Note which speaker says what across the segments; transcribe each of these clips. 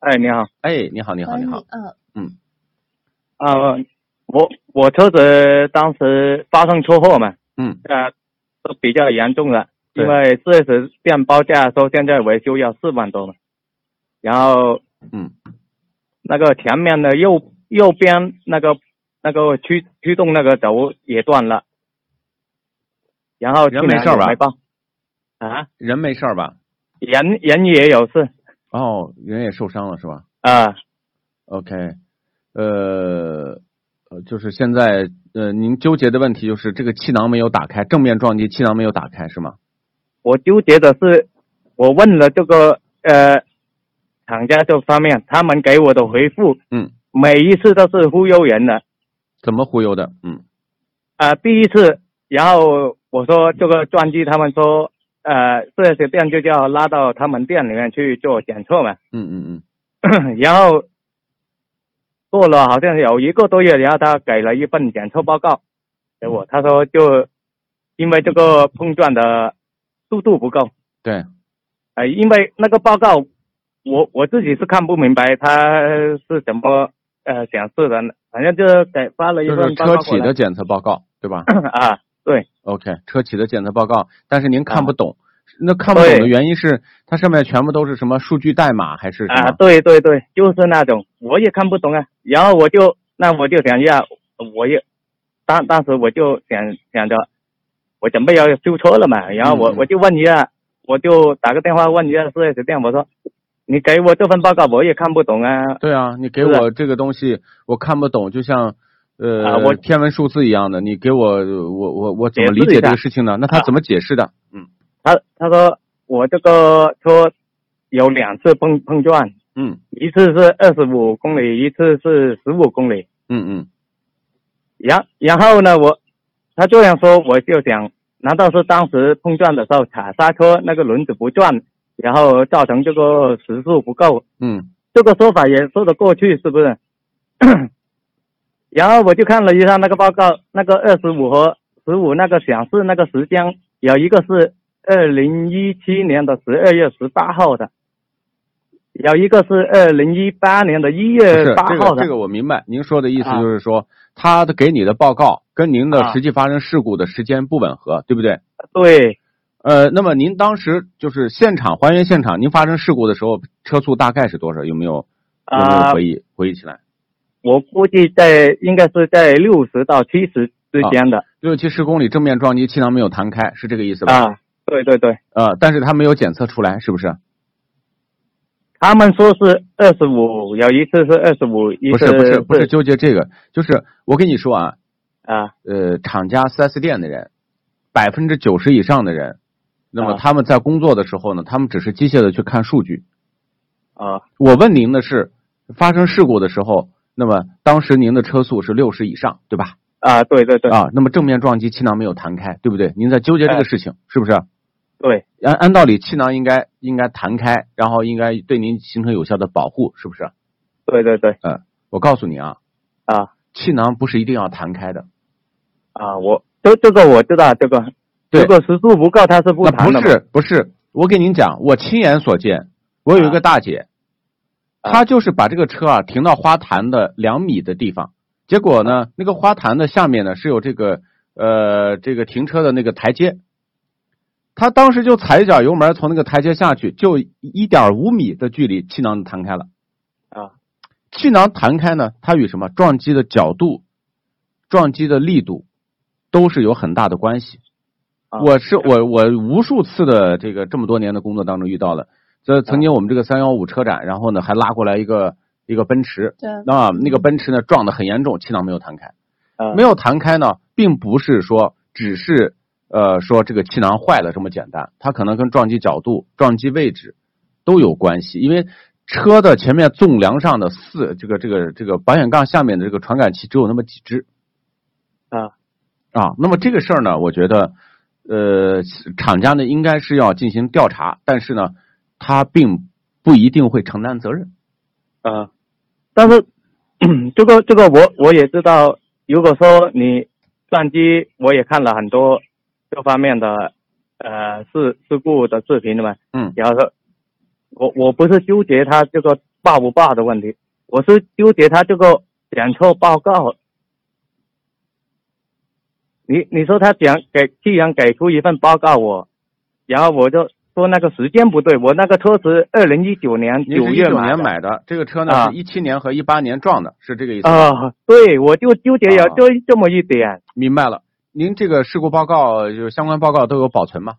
Speaker 1: 哎，你好
Speaker 2: 哎，你好，你好，
Speaker 3: 喂，
Speaker 2: 你
Speaker 3: 你
Speaker 2: 好，
Speaker 3: 嗯，
Speaker 2: 嗯，
Speaker 1: 啊、我我车子当时发生车祸嘛，
Speaker 2: 嗯
Speaker 1: 啊，是比较严重的，
Speaker 2: 对
Speaker 1: 因为四 S 店报价说现在维修要四万多嘛，然后
Speaker 2: 嗯
Speaker 1: 那个前面的右右边那个那个驱驱动那个轴也断了，然后
Speaker 2: 人
Speaker 1: 去
Speaker 2: 没
Speaker 1: 哪
Speaker 2: 事儿
Speaker 1: 也
Speaker 2: 吧
Speaker 1: 没报啊，
Speaker 2: 人没事儿吧？
Speaker 1: 人人也有事
Speaker 2: 哦，人也受伤了是吧
Speaker 1: 啊，
Speaker 2: ？OK，呃，呃，就是现在呃，您纠结的问题就是这个气囊没有打开，正面撞击气囊没有打开是吗？
Speaker 1: 我纠结的是，我问了这个呃厂家这方面，他们给我的回复，
Speaker 2: 嗯，
Speaker 1: 每一次都是忽悠人的
Speaker 2: 怎么忽悠的？嗯
Speaker 1: 啊、第一次，然后我说这个钻机，他们说呃这些店就叫拉到他们店里面去做检测嘛，
Speaker 2: 嗯嗯嗯，
Speaker 1: 然后做了好像有一个多月，然后他给了一份检测报告给
Speaker 2: 嗯
Speaker 1: 我，他说就因为这个碰撞的速度不够。
Speaker 2: 对，
Speaker 1: 呃，因为那个报告，我我自己是看不明白它是怎么呃显示的，反正就给发了一
Speaker 2: 就是
Speaker 1: 份报告
Speaker 2: 车
Speaker 1: 过
Speaker 2: 企
Speaker 1: 来
Speaker 2: 的检测报告对吧
Speaker 1: 啊，对，
Speaker 2: ？OK，车企的检测报告，但是您看不懂，那看不
Speaker 1: 啊对
Speaker 2: 懂的原因是它上面全部都是什么数据代码还是什
Speaker 1: 啊，
Speaker 2: 么？
Speaker 1: 对对对，就是那种，我也看不懂啊。然后我就那我就想一下，我也当当时我就想想着，我准备要修车了嘛，然后我、
Speaker 2: 嗯嗯
Speaker 1: 我就问一下，我就打个电话问一下四 S 店，我说你给我这份报告我也看不懂啊，
Speaker 2: 对啊，你给
Speaker 1: 是的
Speaker 2: 我这个东西，我看不懂，就像呃、
Speaker 1: 啊我
Speaker 2: 天文数字一样的，你给我我我我怎
Speaker 1: 解
Speaker 2: 么
Speaker 1: 释
Speaker 2: 理解
Speaker 1: 一下
Speaker 2: 这个事情呢？那他
Speaker 1: 啊
Speaker 2: 怎么解释的？嗯
Speaker 1: 他他说我这个车有两次碰碰撞，
Speaker 2: 嗯
Speaker 1: 一次是二十五公里，一次是十五公里。
Speaker 2: 嗯嗯，
Speaker 1: 然然后呢，我他这样说，我就想，难道是当时碰撞的时候踩刹车，那个轮子不转，然后造成这个时速不够？
Speaker 2: 嗯
Speaker 1: 这个说法也说得过去，是不是？ 然后我就看了一下那个报告，那个二十五和十五那个显示那个时间，有一个是二零一七年的十二月十八号的，有一个是二零一八年的一
Speaker 2: 不
Speaker 1: 月
Speaker 2: 是
Speaker 1: 呃八
Speaker 2: 这
Speaker 1: 号
Speaker 2: 个
Speaker 1: 的。
Speaker 2: 这个我明白，您说的意思
Speaker 1: 啊
Speaker 2: 就是说，他的给你的报告跟您的
Speaker 1: 啊
Speaker 2: 实际发生事故的时间不吻合，对不对？
Speaker 1: 对，
Speaker 2: 呃，那么您当时就是现场还原现场，您发生事故的时候车速大概是多少？有没有有没
Speaker 1: 啊
Speaker 2: 有回忆、回忆起来？
Speaker 1: 我估计在应该是在六十到七十之间的
Speaker 2: 六七十公里正面撞击，气囊没有弹开，啊是这个意思吧？
Speaker 1: 啊。对对对，
Speaker 2: 呃，但是他没有检测出来，是不是？
Speaker 1: 他们说是二十五，有一次是二十五，一
Speaker 2: 不
Speaker 1: 次
Speaker 2: 是不是不是纠结这个，就是我跟你说啊，
Speaker 1: 啊
Speaker 2: 呃，厂家四 S 店的人，百分之九十以上的人，那么
Speaker 1: 啊
Speaker 2: 他们在工作的时候呢，他们只是机械的去看数据。
Speaker 1: 啊
Speaker 2: 我问您的是，发生事故的时候，那么当时您的车速是六十以上，对吧？
Speaker 1: 啊！对对对
Speaker 2: 啊，那么正面撞击气囊没有弹开，对不对？您在纠结这个
Speaker 1: 哎
Speaker 2: 事情，是不是？
Speaker 1: 对
Speaker 2: 按按道理，气囊应该应该弹开，然后应该对您形成有效的保护，是不是？
Speaker 1: 对对对
Speaker 2: 我告诉你啊，
Speaker 1: 啊
Speaker 2: 气囊不是一定要弹开的，
Speaker 1: 啊！我这这个我知道，这个
Speaker 2: 对
Speaker 1: 如果时速不够，它是不
Speaker 2: 那
Speaker 1: 弹的
Speaker 2: 不
Speaker 1: 嘛。
Speaker 2: 是不是，我给您讲，我亲眼所见，我有一个
Speaker 1: 啊
Speaker 2: 大姐，
Speaker 1: 啊
Speaker 2: 她就是把这个车啊停到花坛的两米的地方，结果
Speaker 1: 啊
Speaker 2: 呢，那个花坛的下面呢是有这个呃这个停车的那个台阶，她当时就踩一脚油门从那个台阶下去，就一点五米的距离，气囊就弹开了。
Speaker 1: 啊
Speaker 2: 气囊弹开呢，它与什么撞击的角度、撞击的力度都是有很大的关系。
Speaker 1: 啊
Speaker 2: 我是我我无数次的这个这么多年的工作当中遇到了，这曾
Speaker 1: 啊
Speaker 2: 经我们这个三幺五车展，然后呢还拉过来一个一个奔驰，
Speaker 3: 对，
Speaker 2: 那那个奔驰呢撞得很严重，气囊没有弹开，
Speaker 1: 啊
Speaker 2: 没有弹开呢，并不是说只是呃说这个气囊坏了这么简单，它可能跟撞击角度、撞击位置都有关系，因为车的前面纵梁上的四这个这个这个保险杠下面的这个传感器只有那么几只，
Speaker 1: 啊
Speaker 2: 啊，那么这个事儿呢，我觉得，呃，厂家呢应该是要进行调查，但是呢，他并不一定会承担责任。
Speaker 1: 啊！但是这个这个我我也知道，如果说你战机，我也看了很多这方面的呃事事故的视频的嘛，
Speaker 2: 嗯
Speaker 1: 然后说我我不是纠结它这个报不报的问题，我是纠结他这个检测报告。你你说他讲给既然给出一份报告我，然后我就说那个时间不对，我那个车子二零一九年
Speaker 2: 您
Speaker 1: 九
Speaker 2: 是一
Speaker 1: 月
Speaker 2: 九
Speaker 1: 买
Speaker 2: 年
Speaker 1: 的。
Speaker 2: 买的，这个车呢、
Speaker 1: 啊
Speaker 2: 是一七年和一八年撞的，是这个意思吗？
Speaker 1: 啊、对，我就纠结有
Speaker 2: 啊
Speaker 1: 就这么一点，
Speaker 2: 明白了。您这个事故报告就是相关报告都有保存吗？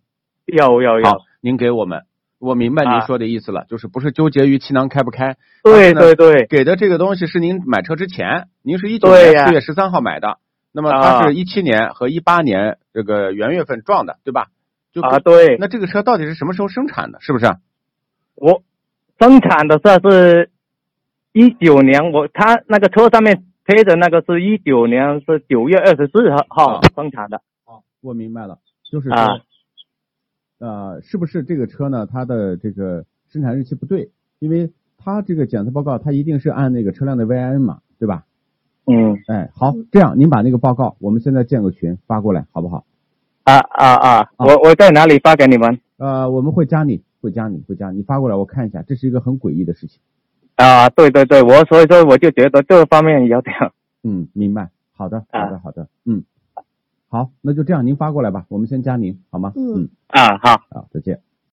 Speaker 1: 有有有
Speaker 2: 好，，您给我们，我明白您
Speaker 1: 啊
Speaker 2: 说的意思了，就是不是纠结于气囊开不开，
Speaker 1: 对
Speaker 2: 但是呢
Speaker 1: 对对，
Speaker 2: 给的这个东西是您买车之前，您是一九
Speaker 1: 对
Speaker 2: 年
Speaker 1: 呀
Speaker 2: 四月十三号买的，那么它是一七年和一八年这个元月份撞的，对吧？就
Speaker 1: 啊对，
Speaker 2: 那这个车到底是什么时候生产的？是不是啊？
Speaker 1: 我生产的时候是一九年，我他那个车上面贴的那个是一九年是九月二十四号号
Speaker 2: 啊
Speaker 1: 生产的，
Speaker 2: 哦我明白了，就是
Speaker 1: 说啊
Speaker 2: 呃，是不是这个车呢？它的这个生产日期不对，因为它这个检测报告它一定是按那个车辆的 VIN 码，对吧？
Speaker 1: 嗯，
Speaker 2: 哎，好，这样您把那个报告，我们现在建个群发过来，好不好？
Speaker 1: 啊啊啊，我我在哪里发给你们？
Speaker 2: 呃，我们会加你，会加你，会加你，发过来我看一下，这是一个很诡异的事情。
Speaker 1: 啊，对对对，我所以说我就觉得这方面有点，
Speaker 2: 嗯，明白。好的，好的，好的。嗯，好，那就这样，您发过来吧，我们先加您，好吗？
Speaker 3: 嗯
Speaker 2: 嗯，
Speaker 1: 啊，好。
Speaker 2: 好，再见。